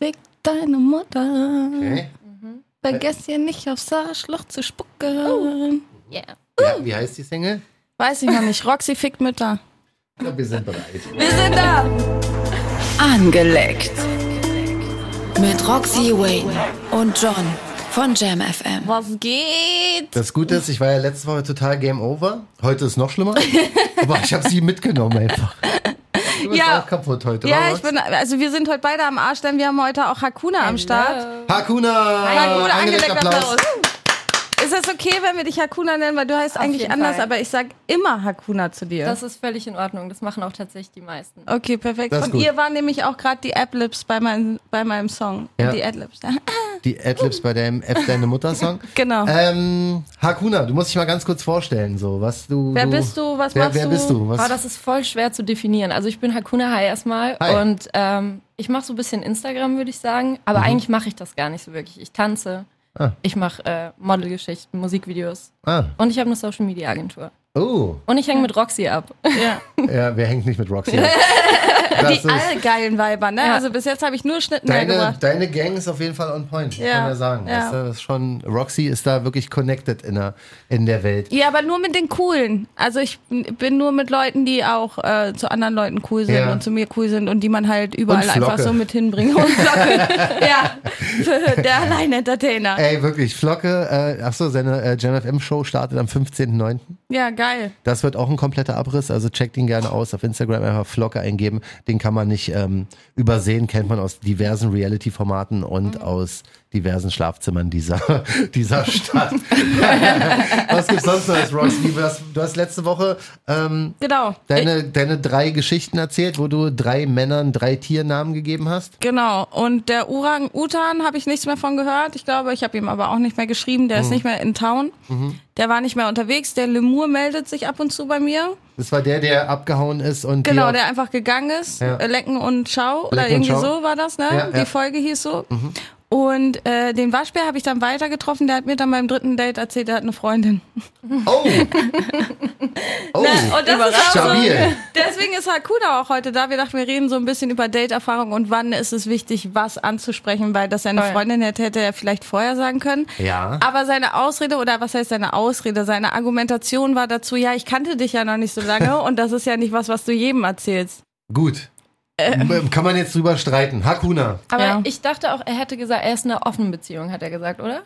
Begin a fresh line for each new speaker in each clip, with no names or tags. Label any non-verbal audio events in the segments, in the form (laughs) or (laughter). Fick deine Mutter.
Okay.
Mhm. Vergesst hier nicht aufs Arschloch zu spucken. Yeah.
Ja, wie heißt die Single?
Weiß ich noch nicht. Roxy fickt Mütter.
Ich glaube, wir sind bereit.
Wir sind da.
Angeleckt. Mit Roxy Wayne und John von Jam FM.
Was geht?
Das Gute ist, ich war ja letzte Woche total Game Over. Heute ist
(laughs)
noch schlimmer. Aber ich habe sie mitgenommen einfach. Du bist
Ja.
auch kaputt heute.
Ja,
wa,
ich
Rox?
bin, also wir sind heute beide am Arsch, denn wir haben heute auch Hakuna am Start.
Hakuna!
Hakuna,
Angelegter
angelegter Applaus. Ist das okay, wenn wir dich Hakuna nennen? Weil du heißt
Auf
eigentlich
jeden
anders,
Fall.
aber ich sag immer Hakuna zu dir.
Das ist völlig in Ordnung. Das machen auch tatsächlich die meisten.
okay, perfekt.
Das ist
Und
gut.
ihr war nämlich auch gerade die Adlibs bei, mein, bei meinem Song.
Ja.
Die Adlibs.
Die Adlibs bei deinem F Deine Mutter Song.
(laughs) genau.
Ähm, Hakuna, du musst dich mal ganz kurz vorstellen, so was du.
wer
du,
bist du? Was
Wer,
machst
wer
du?
bist du? Also Was,
Aber das ist voll schwer zu definieren. Also ich bin Hakuna Hai erstmal
Hi.
und ähm, ich mache so ein bisschen Instagram, würde ich sagen. Aber eigentlich mache ich das gar nicht so wirklich. Ich tanze,
Mhm. Ah.
ich mache äh, Modelgeschichten, Musikvideos
ah,
und ich habe eine Social Media Agentur.
oh,
Und ich hänge mit Roxy ab.
Ja.
ja, wer hängt nicht mit
(laughs)
Roxy? ab? Das
Die
ist,
allgeilen Weiber, ne?
Ja.
Also bis jetzt habe ich nur Schnittmänner
deine,
gebracht.
deine Gang ist auf jeden Fall on point,
Ja,
kann man sagen.
ja.
Weißt du, das ist schon, Roxy ist da wirklich connected in der, in der Welt.
Ja, aber nur mit den Coolen. Also ich bin nur mit Leuten, die auch äh, zu anderen Leuten cool sind
Ja.
und zu mir cool sind und die man halt überall
Und
einfach
Flocke.
so mit hinbringt. Und
(laughs)
Flocke. ja, (laughs) der Allein-Entertainer.
Ey, wirklich, Flocke, äh, achso, seine äh, JamFM-Show startet am 15.09.
Ja, geil.
Das wird auch ein kompletter Abriss, also checkt ihn gerne aus. Auf Instagram einfach Flocke eingeben. Den kann man nicht ähm, übersehen, kennt man aus diversen Reality-Formaten und
Mhm.
aus diversen Schlafzimmern dieser, (laughs)
(laughs)
dieser Stadt. (laughs) Was gibt's sonst noch als Roxy? Du hast, du hast letzte Woche ähm,
Genau.
deine, deine drei Geschichten erzählt, wo du drei Männern drei Tiernamen gegeben hast.
Genau. Und der Orang-Utan habe ich nichts mehr von gehört. Ich glaube, ich habe ihm aber auch nicht mehr geschrieben.
Mhm.
Der ist nicht mehr in Town. Der war nicht mehr unterwegs. Der Lemur meldet sich ab und zu bei mir.
Das war der, der abgehauen ist und die
Genau,
auf-
der einfach gegangen ist.
Ja.
Äh, Lecken und Schau oder
Lecken und
irgendwie
Schau.
so war das, ne?
Ja,
Die
ja. Mhm.
Folge hieß so. Und äh, den Waschbär habe ich dann weiter getroffen. Der hat mir dann beim dritten Date erzählt, er hat eine Freundin. (laughs)
Oh! oh!
(laughs)
Und das ist auch so,
Stabil!
deswegen ist Hakuna auch heute da. Wir dachten, wir reden so ein bisschen über Date-Erfahrung und wann ist es wichtig, was anzusprechen, weil dass er eine
Voll.
Freundin hätte, hätte er vielleicht vorher sagen können.
Ja.
Aber seine Ausrede, oder was heißt seine Ausrede, seine Argumentation war dazu, ja, ich kannte dich ja noch nicht so
(laughs)
lange und das ist ja nicht was, was du jedem erzählst.
Gut.
Äh.
M- Kann man jetzt drüber streiten. Hakuna.
Aber
Ja.
ich dachte auch, er hätte gesagt, er ist in einer offenen Beziehung, hat er gesagt, oder?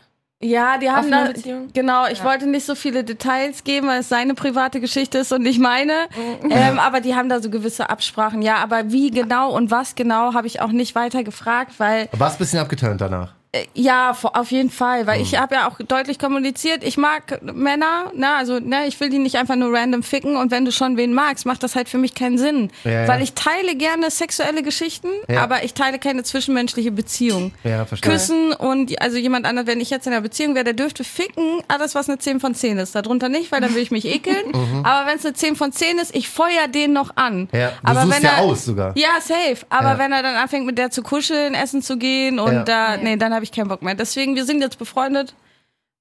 Ja, die haben
Offene
da,
Beziehung?
genau, ich wollte nicht so viele Details geben, weil es seine private Geschichte ist und nicht meine.
Mhm.
Ähm, aber die haben da so gewisse Absprachen. Ja, aber wie genau und was genau habe ich auch nicht weiter gefragt, weil
Warst ein bisschen abgeturnt danach.
ja, vo- auf jeden Fall, weil
Mhm.
ich habe ja auch deutlich kommuniziert, ich mag Männer, ne, also ne, ich will die nicht einfach nur random ficken und wenn du schon wen magst, macht das halt für mich keinen Sinn,
Ja, ja.
weil ich teile gerne sexuelle Geschichten,
Ja.
aber ich teile keine zwischenmenschliche Beziehung.
Ja, verstehe.
Küssen und also jemand anderes, wenn ich jetzt in einer Beziehung wäre, der dürfte ficken, alles was eine 10 von 10 ist. Darunter nicht, weil dann würde ich mich
(laughs)
ekeln. Mhm. Aber wenn es eine 10 von 10 ist, ich feuer den noch an.
Mhm. Ja, du
aber
suchst
wenn
ja
er,
aus sogar.
Ja, safe. Aber
Ja.
wenn er dann anfängt, mit der zu kuscheln, essen zu gehen und
Ja.
da, nee, dann habe ich keinen Bock mehr. Deswegen, wir sind jetzt befreundet.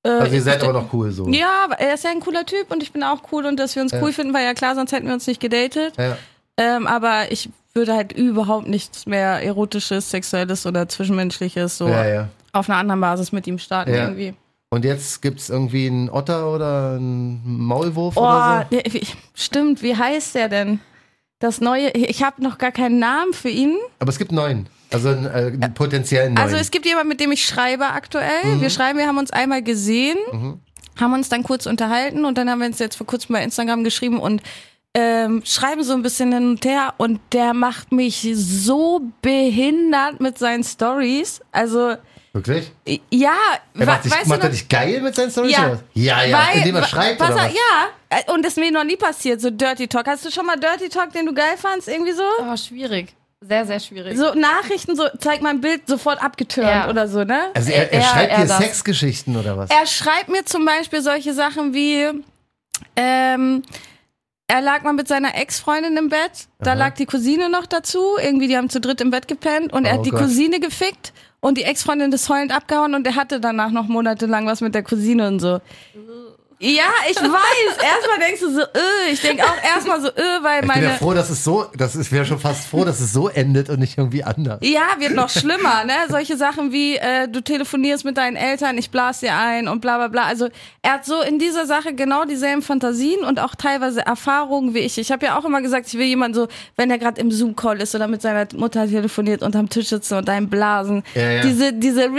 Äh,
Also ihr
ich-
seid aber noch cool so.
ja, aber er ist ja ein cooler Typ und ich bin auch cool und dass wir uns cool finden, war ja klar, sonst hätten wir uns nicht gedatet.
Ja.
Ähm, aber ich würde halt überhaupt nichts mehr erotisches, sexuelles oder zwischenmenschliches so
Ja, ja.
auf einer anderen Basis mit ihm starten
Ja.
irgendwie.
Und jetzt gibt's irgendwie einen Otter oder einen Maulwurf
Oh,
oder so?
ja, wie- stimmt, wie heißt der denn? Das neue, ich habe noch gar keinen Namen für ihn.
Aber es gibt neun. Also einen, äh, einen potenziellen neun.
Also es gibt jemanden, mit dem ich schreibe aktuell. Wir
Mhm.
schreiben, wir haben uns einmal gesehen, haben uns dann kurz unterhalten und dann haben wir uns jetzt vor kurzem bei Instagram geschrieben und ähm, schreiben so ein bisschen hin und her und der macht mich so behindert mit seinen Stories. Also
Wirklich?
ja,
Er
wa-
macht, sich, macht er dich geil mit seinen Storys?
Ja.
oder was? ja, ja.
Weil-
indem er
wa-
schreibt
pass
oder
auf,
was?
Ja, äh, und das ist mir noch nie passiert, so Dirty Talk. Hast du schon mal Dirty Talk, den du geil fandst, irgendwie so?
Oh, schwierig. Sehr, sehr schwierig.
So Nachrichten, so zeig mein Bild, sofort abgetürmt
Ja.
oder so, ne?
Also er, er,
Er-
schreibt
er
dir
das.
Sexgeschichten oder was?
Er schreibt mir zum Beispiel solche Sachen wie, ähm, er lag mal mit seiner Ex-Freundin im Bett, da
Aha.
lag die Cousine noch dazu, irgendwie, die haben zu dritt im Bett gepennt und er
Oh
hat die
Gott.
Cousine gefickt und die Ex-Freundin ist heulend abgehauen und er hatte danach noch monatelang was mit der Cousine und so. Ja, ich weiß. Erstmal denkst du so, äh. ich denk auch erstmal so, äh, weil
Ich bin ja
meine.
froh, dass es so, das ist, ich bin ja schon fast froh, dass es so endet und nicht irgendwie anders.
Ja, wird noch schlimmer,
(laughs)
ne? Solche Sachen wie, äh, du telefonierst mit deinen Eltern, ich blas dir ein und bla bla bla. Also er hat so in dieser Sache genau dieselben Fantasien und auch teilweise Erfahrungen wie ich. Ich habe ja auch immer gesagt, ich will jemanden so, wenn er gerade im Zoom-Call ist oder mit seiner Mutter telefoniert, unterm Tisch sitzen und einen blasen.
Ja, ja.
Diese, diese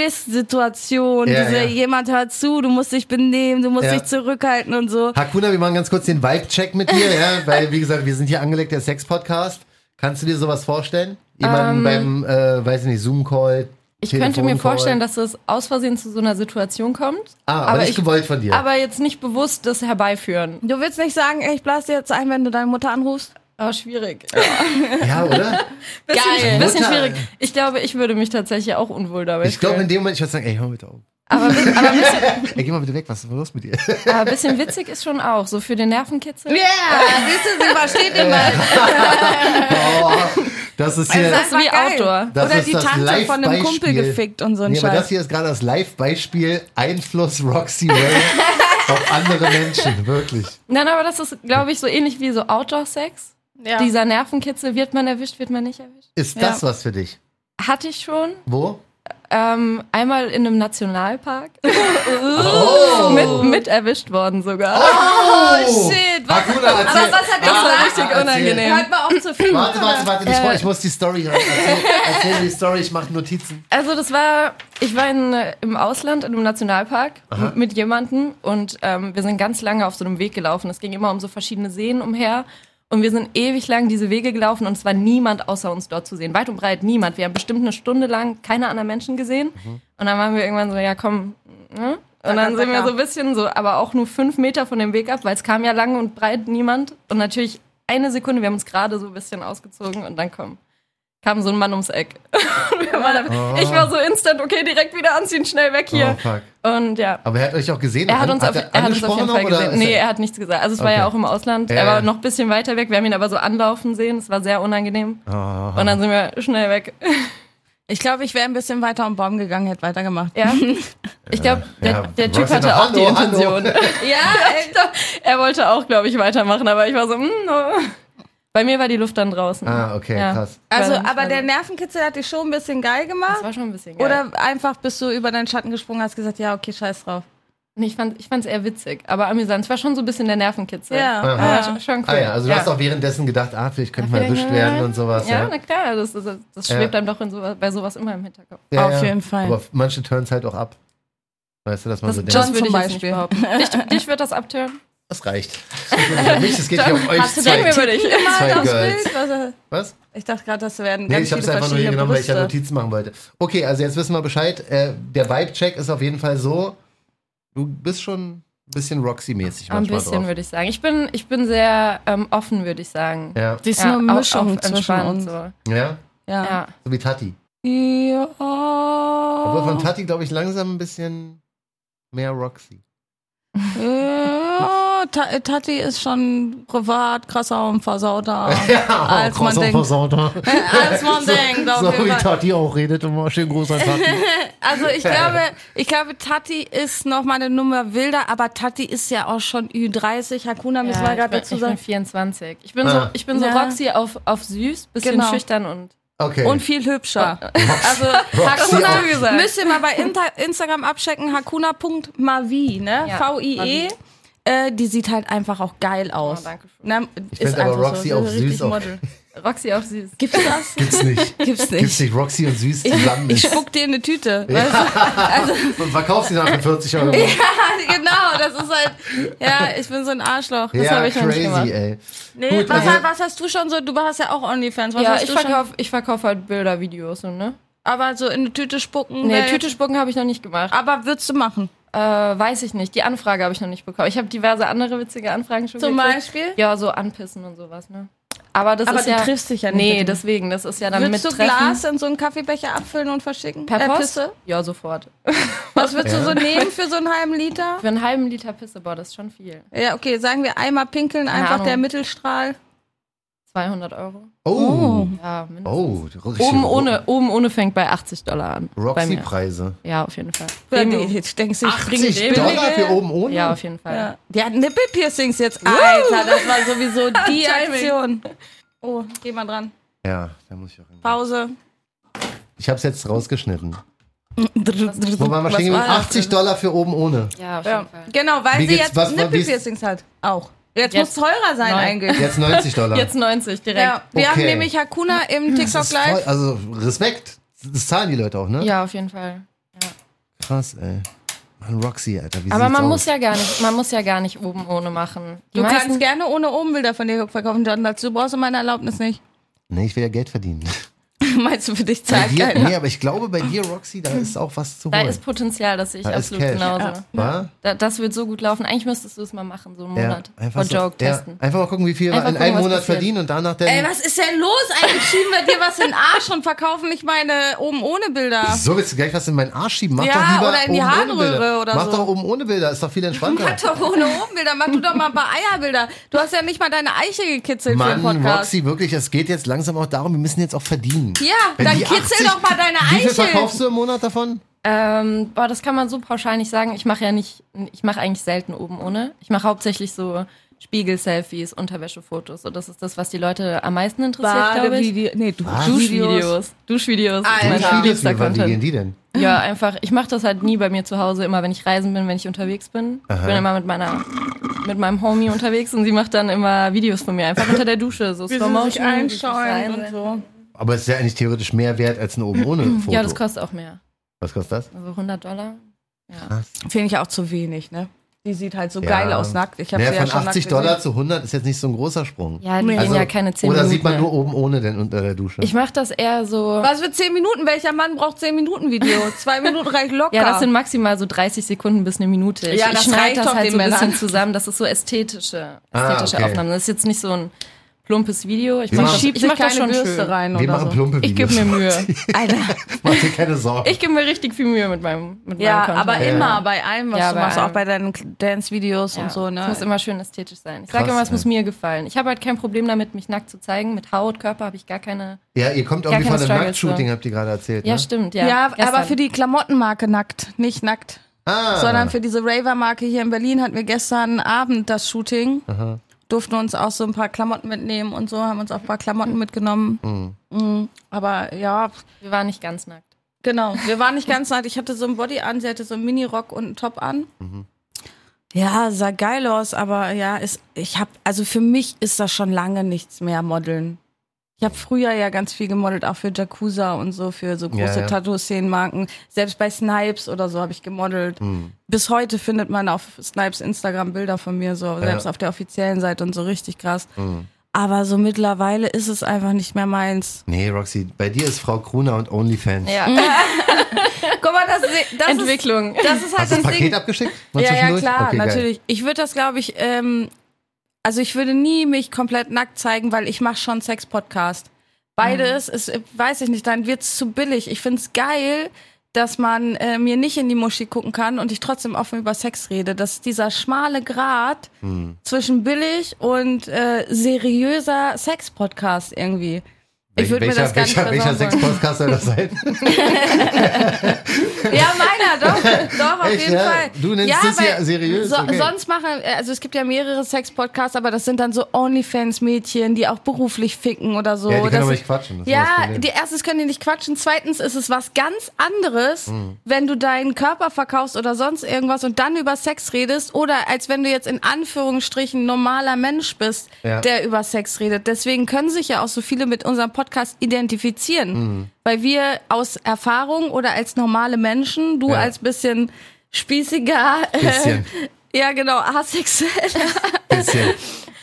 Risk-Situation,
Ja,
diese
ja.
jemand hört zu, du musst dich benehmen, du musst
Ja.
dich zurückhalten und so.
Hakuna, wir machen ganz kurz den Vibe-Check mit dir, ja, weil, wie gesagt, wir sind hier angelegt, der Sex-Podcast. Kannst du dir sowas vorstellen? Jemanden beim, äh, weiß ich nicht, Zoom-Call?
Ich könnte mir vorstellen, dass es aus Versehen zu so einer Situation kommt.
Ah, aber, nicht gewollt von dir.
Aber jetzt nicht bewusst das herbeiführen.
Du willst nicht sagen, ey, ich blas dir jetzt ein, wenn du deine Mutter anrufst?
Aber Ah, schwierig.
ja, oder?
Bisschen,
Geil.
bisschen
Mutter.
schwierig. Ich glaube, ich würde mich tatsächlich auch unwohl dabei
Ich glaube, in
fühlen.
dem Moment, ich würde sagen, ey, hör mal bitte auf. Aber, ey, geh mal bitte weg, was ist denn los mit dir?
Aber ein bisschen witzig ist schon auch, so für den Nervenkitzel.
Ja, Äh, siehst du, sie versteht
(laughs)
immer.
Das ist hier,
Das ist wie
Geil.
Outdoor.
das
Oder
ist
die
das
Tante von einem Kumpel
Live-Beispiel.
gefickt und so ein
Nee, aber das
Scheiß.
hier ist gerade das Live-Beispiel Einfluss Roxy Ray
(laughs)
auf andere Menschen, wirklich.
Nein, aber das ist, glaube ich, so ähnlich wie so Outdoor-Sex.
Ja.
Dieser Nervenkitzel, wird man erwischt, wird man nicht erwischt.
Ist
Ja.
das was für dich?
Hatte ich schon.
Wo?
Ähm, einmal in einem Nationalpark. Oh, (laughs) mit, mit erwischt worden sogar.
Oh,
shit, was-
Hakuna, erzähl.
Aber was hat das
Ah,
gesagt?
richtig
erzähl.
unangenehm.
Hört mal auf zu filmen.
Warte, warte, warte, ich,
Äh.
brauch- ich muss die Story hören.
(laughs)
Erzähl, erzähl die Story, ich mache Notizen.
Also das war, ich war in, äh, im Ausland in einem Nationalpark m- mit jemandem und ähm, wir sind ganz lange auf so einem Weg gelaufen. Es ging immer um so verschiedene Seen umher und wir sind ewig lang diese Wege gelaufen und es war niemand außer uns dort zu sehen. Weit und breit niemand. Wir haben bestimmt eine Stunde lang keine anderen Menschen gesehen und dann waren wir irgendwann so, ja komm. Ne? Und dann sind wir so ein bisschen so, aber auch nur fünf Meter von dem Weg ab, weil es kam ja lang und breit niemand und natürlich eine Sekunde, wir haben uns gerade so ein bisschen ausgezogen und dann komm, kam so ein Mann ums Eck. (laughs) Wir waren da- Ich war so instant, okay, direkt wieder anziehen, schnell weg hier.
Oh, fuck.
Und ja.
Aber er hat euch auch gesehen.
Er hat uns auf, er hat uns auf
angesprochen
jeden Fall
noch, oder
gesehen.
ist
Nee,
er-
er hat nichts gesagt. Also es war
Okay.
ja auch im Ausland.
Ja,
er
ja.
war noch ein bisschen weiter weg. Wir haben ihn aber so anlaufen sehen. Es war sehr unangenehm.
Oh,
Und dann sind wir schnell weg. (laughs)
Ich glaube, ich wäre ein bisschen weiter am Baum gegangen, hätte weitergemacht.
Ja. Ich glaube, der,
Ja,
der
Roxy
Typ hatte
noch,
auch die
hallo, hallo.
Intention. Ja, er wollte auch, glaube ich, weitermachen, aber ich war so, mm, no. Bei mir war die Luft dann draußen.
Ah, okay,
Ja.
krass.
Also,
Dann-
aber der Nervenkitzel hat dich schon ein bisschen geil
Das
gemacht.
war schon ein bisschen geil.
Oder einfach bist du über deinen Schatten gesprungen hast gesagt, ja, okay, scheiß (laughs) drauf.
Nee, ich fand es eher witzig, aber amüsant. Es war schon so ein bisschen der Nervenkitzel.
Ja.
Aber
Ja.
schon- schon cool.
Ah ja, also du hast auch währenddessen gedacht, ah, vielleicht könnte man
Vielleicht-
erwischt werden und sowas.
Ja,
Ja,
na klar, das, das, das
Ja.
schwebt einem doch in sowas, bei sowas immer im Hinterkopf.
ja,
Auf
ja.
jeden Fall.
Aber manche turns halt auch ab. Weißt du, dass man so denkt,
John zum
ich jetzt
Beispiel.
nicht behaupten.
(laughs)
dich, dich wird das abtören.
das reicht. Also Für mich, es
(laughs)
geht hier um euch
Denken wir
zwei.
über dich.
Zwei
Aufs
Girls.
Bild, was-
Was?
Ich dachte gerade, das werden
Nee,
ganz
ich habe es
viele
einfach nur hier
verschiedene
genommen, weil ich ja
Brüste.
Notizen machen wollte. Okay, also jetzt wissen wir Bescheid. Äh, der Vibe-Check ist auf jeden Fall so, du bist schon ein bisschen Roxy-mäßig
Ein
manchmal
bisschen,
drauf.
würde ich sagen. Ich bin, ich bin sehr ähm, offen, würde ich sagen.
Ja,
Sie ist
Ja,
nur eine
auf-
Mischung
auf
zwischen
entspannt,
uns.
So.
ja,
Ja.
Ja.
so wie Tati.
ja.
Aber
Oh.
von Tati, glaube ich, langsam ein bisschen mehr Roxy.
Ja, Äh, Ta- Tati ist schon privat krasser und
(laughs)
versauter. (laughs) Als man denkt. Als man denkt, auf
So wie
jeden Fall.
Tati auch redet, immer schön groß an Tati.
(laughs) Also ich glaube, ich glaube, Tati ist noch mal eine Nummer wilder, aber Tati ist ja auch schon Ü30. Hakuna
Ja,
müssen wir
ich
gerade
bin-
dazu
ich bin
sagen.
24. Ich bin
Ah.
so, ich bin so
Ja.
Roxy auf, auf süß, bisschen
Genau.
schüchtern und
Okay.
Und viel hübscher. (laughs) Also
Roxy
Hakuna
auch.
gesagt. müsst ihr mal bei Inter Instagram abchecken, hakuna.mavi, ne?
Ja,
V-I-E.
Mavi.
Äh, die sieht halt einfach auch geil aus.
Oh, danke schön.
Ne?
Ich find aber
einfach
Roxy
so,
auch
so richtig
süß auch.
Model.
Roxy auf süß.
Gibt's das?
(laughs) Gibt's nicht.
Gibt's nicht.
Gibt's nicht. Roxy und Süß zusammen
Ich
ist.
spuck dir in eine Tüte. Weißt
Und verkaufst sie dann für 40 Euro. Ja,
du? (laughs) genau, das ist halt. Ja, ich bin so ein Arschloch. Das habe ich noch nicht
crazy,
gemacht.
ey.
Nee,
Gut,
was,
also-
hast- was hast du schon so? Du hast ja auch OnlyFans. Was
Ja,
hast
ich
du schon?
verkaufe ich verkauf halt Bilder, Videos, so, ne?
Aber so in eine Tüte spucken.
Nee,
weil- Ah.
Tüte spucken habe ich noch nicht gemacht.
Aber würdest du machen?
Äh, weiß ich nicht. Die Anfrage habe ich noch nicht bekommen. Ich habe diverse andere witzige Anfragen schon
Zum
gekriegt.
Beispiel?
Ja, so anpissen und sowas, ne? Aber das
Aber
ist
du
ja.
triffst dich ja nicht mit
Nee,
dem.
deswegen. Das ist ja dann
Würdest
mit
du
Treffen.
Glas in so einen Kaffeebecher abfüllen und verschicken?
per
Äh,
Post?
Pisse? (laughs)
ja, sofort.
Was würdest du so nehmen für so einen halben Liter?
Für einen halben Liter Pisse, boah, das ist schon viel.
Ja, okay, sagen wir einmal pinkeln, einfach
Ahnung.
der Mittelstrahl.
200 Euro.
Oh,
Ja, mindestens.
oh, richtig.
Oben ohne, oben ohne fängt bei 80 Dollar an. bei mir.
Roxy-Preise.
Ja, auf jeden Fall.
Ja,
Premium.
die- die- denkst du, ich bringe
80
Billige-
Dollar für oben ohne?
Ja, auf jeden Fall.
Ja. Die hat Nippelpiercings jetzt. Alter, das war (laughs) sowieso die Aktion. Oh, geh mal dran.
Ja, da muss ich auch hin.
Pause.
Ich habe es jetzt rausgeschnitten. Wo waren wir
Was
stehen geblieben?
war das?
80 Dollar für oben ohne.
Ja, auf
Ja,
jeden Fall.
genau, weil
Wie
sie
geht's-
jetzt
was- was-
Nippelpiercings hat. Auch. Jetzt,
Jetzt-
muss teurer sein
Nein.
eigentlich.
Jetzt 90 Dollar.
Jetzt 90 direkt.
Ja, wir haben
Okay.
nämlich Hakuna im TikTok
Das ist voll,
Live.
also Respekt. Das zahlen die Leute auch, ne?
Ja, auf jeden Fall.
Krass, ey. Mann, Roxy, Alter. Wie
Aber
sieht's
man
aus?
muss ja gar nicht, man muss ja gar nicht oben ohne machen. Die
Du
meisten-
kannst gerne ohne Obenbilder von dir verkaufen, John. Dazu brauchst du meine Erlaubnis nicht. (laughs)
Nee, ich will ja Geld verdienen.
Meinst du, für dich
Bei
zahlt
dir,
keiner?
nee, aber ich glaube, bei dir, Roxy, da ist auch was zu
genau. da
holen.
ist Potenzial, das sehe ich
Da ist
absolut
Cash.
genauso.
Wa?
Da, das wird so gut laufen. Eigentlich müsstest du es mal machen, so einen
Ja,
Monat.
einfach,
Von
so,
Joke
ja,
testen.
einfach mal gucken, wie viel wir
Einfach
in
gucken,
einem
was
Monat
passiert.
verdienen und danach dann.
Ey, was ist denn los? Eigentlich schieben wir dir was in den Arsch und verkaufen nicht meine oben ohne Bilder.
so willst du gleich was in meinen Arsch schieben? Mach
Ja,
doch lieber
oder in die
oben ohne
Harnröhre
Bilder.
oder
Mach
so.
doch oben ohne Bilder, ist doch viel entspannter.
Mach doch ohne Obenbilder, mach du doch mal ein paar Eierbilder. Du hast ja nicht mal deine Eiche gekitzelt für den
Mann,
Podcast.
Roxy, wirklich, es geht jetzt langsam auch darum, wir müssen jetzt auch verdienen.
Ja, dann
die
kitzel doch mal deine
Wie viel
Eichel.
verkaufst du im Monat davon?
Ähm, boah, das kann man so pauschal nicht sagen. Ich mache ja nicht, ich mache eigentlich selten oben ohne. Ich mache hauptsächlich so Spiegel-Selfies, Unterwäschefotos. Und das ist das, was die Leute am meisten interessiert, glaube ich.
Badevideo- nee, du,
Was?
Duschvideos. Duschvideos.
Alter.
ist mein
Duschvideos,
liebster
wie wann die gehen
Content.
die denn?
Ja, einfach. Ich mache das halt nie bei mir zu Hause, immer wenn ich reisen bin, wenn ich unterwegs bin. Ich bin immer mit meiner mit meinem Homie unterwegs und sie macht dann immer Videos von mir, einfach unter der Dusche, so
(laughs) Wie
Slow
sie
Motion.
sich
wie ich rein-
einscheuen und so.
Aber es ist ja eigentlich theoretisch mehr wert als ein oben ohne Foto.
Ja, das kostet auch mehr.
Was kostet das?
Also 100 Dollar.
Finde ich auch zu wenig, ne? Die sieht halt so
Ja.
geil aus, nackt. Ich habe
naja,
sie ja
von
schon
80
nackt gesehen.
Dollar zu 100 ist jetzt nicht so ein großer Sprung.
Ja, die
Nee.
gehen
Also,
ja keine 10
Oder
Minuten.
sieht man nur
mehr.
oben ohne denn unter der Dusche?
Ich mache das eher so.
Was für 10 Minuten? Welcher Mann braucht 10 Minuten (laughs) Video? Zwei Minuten reicht locker.
Ja, das sind maximal so 30 Sekunden bis eine Minute. Ich,
Ja, das
ich schneide
reicht
das
doch
halt
den
so ein bisschen
Männern.
zusammen. Das ist so ästhetische,
Ah,
ästhetische
okay.
Aufnahmen. Das ist jetzt nicht so ein plumpes Video. Ich
Wir machen-
mache
man
das,
schiebt
ich
sich
mach das
keine
schon
Bürste
schön.
rein
Wir
oder
machen
so.
plumpe Videos.
Ich gebe
(laughs)
mir Mühe.
Alter.
Mach dir keine Sorgen.
Ich gebe mir richtig viel Mühe mit meinem mit
Ja,
meinem Content.
aber immer bei allem, was
Ja,
du
bei
machst,
allem.
auch bei deinen Dance-Videos
Ja,
und so,
Es muss
ne?
immer schön ästhetisch sein. Ich
Krass,
sage immer, es muss
ey.
mir gefallen. Ich habe halt kein Problem damit, mich nackt zu zeigen. Mit Haut, Körper habe ich gar keine.
ja, ihr kommt
Gar
irgendwie von
keine
einem
Struggles,
Nacktshooting, habt ihr gerade erzählt.
Ja,
ne?
stimmt. Ja,
also. Ja,
Gestern.
aber für die Klamottenmarke nackt, nicht nackt.
Ah,
Sondern für diese Raver-Marke hier in Berlin hatten wir gestern Abend das Shooting. Durften uns auch so ein paar Klamotten mitnehmen und so, haben uns auch ein paar Klamotten mitgenommen. Mhm. Aber ja,
Wir waren nicht ganz nackt.
Genau, wir waren nicht ganz nackt. Ich hatte so einen Body an, sie hatte so einen Mini-Rock und einen Top an. Mhm. Ja, sah geil aus, aber ja, ist, ich hab, also für mich ist das schon lange nichts mehr Modeln. Ich habe früher ja ganz viel gemodelt, auch für Jakuza und so, für so große
ja.
Tattoo-Szenenmarken. Selbst bei Snipes oder so habe ich gemodelt.
Mhm.
Bis heute findet man auf Snipes Instagram Bilder von mir, so selbst auf der offiziellen Seite und so richtig krass.
Mhm.
Aber so mittlerweile ist es einfach nicht mehr meins.
Nee, Roxy, bei dir ist Frau Gruner und OnlyFans.
(laughs) Ja.
(laughs) Guck mal, das, das
Entwicklung.
Ist, das ist halt
Hast du
das
das Paket
Ding.
abgeschickt? Mal
Ja, ja,
zwischendurch?
klar,
Okay, geil.
natürlich. Ich würde das, glaube ich, ähm, also ich würde nie mich komplett nackt zeigen, weil ich mache schon Sex-Podcast. Beides
Mhm.
ist, äh, weiß ich nicht, dann wird's zu billig. Ich find's geil, dass man äh, mir nicht in die Muschi gucken kann und ich trotzdem offen über Sex rede. Das ist dieser schmale Grat
Mhm.
zwischen billig und äh, seriöser Sex-Podcast irgendwie. Ich würde mir
welcher
das gar nicht
welcher, welcher
versauen wollen.
Sex-Podcast soll das sein?
(laughs) Ja, meiner, doch, doch, auf
Echt,
jeden
ja?
Fall.
Du nennst
ja,
das
weil
hier seriös,
So,
okay.
Sonst machen, also es gibt ja mehrere Sex-Podcasts, aber das sind dann so Onlyfans-Mädchen, die auch beruflich ficken oder so.
Ja, die können
Das-
aber nicht quatschen, das ist das
ja,
Problem.
die, erstens können die nicht quatschen, zweitens ist es was ganz anderes,
Mhm.
wenn du deinen Körper verkaufst oder sonst irgendwas und dann über Sex redest oder als wenn du jetzt in Anführungsstrichen normaler Mensch bist,
Ja.
der über Sex redet. Deswegen können sich ja auch so viele mit unserem Podcast identifizieren,
Mhm.
weil wir aus Erfahrung oder als normale Menschen, du
Ja.
als bisschen spießiger, äh,
Bisschen,
(laughs) ja genau, asexuell,
bisschen.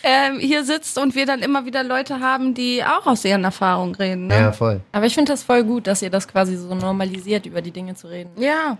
ähm, hier sitzt und wir dann immer wieder Leute haben, die auch aus ihren Erfahrungen reden. Ne?
Ja, voll.
Aber ich finde das voll gut, dass ihr das quasi so normalisiert, über die Dinge zu reden.
Ja,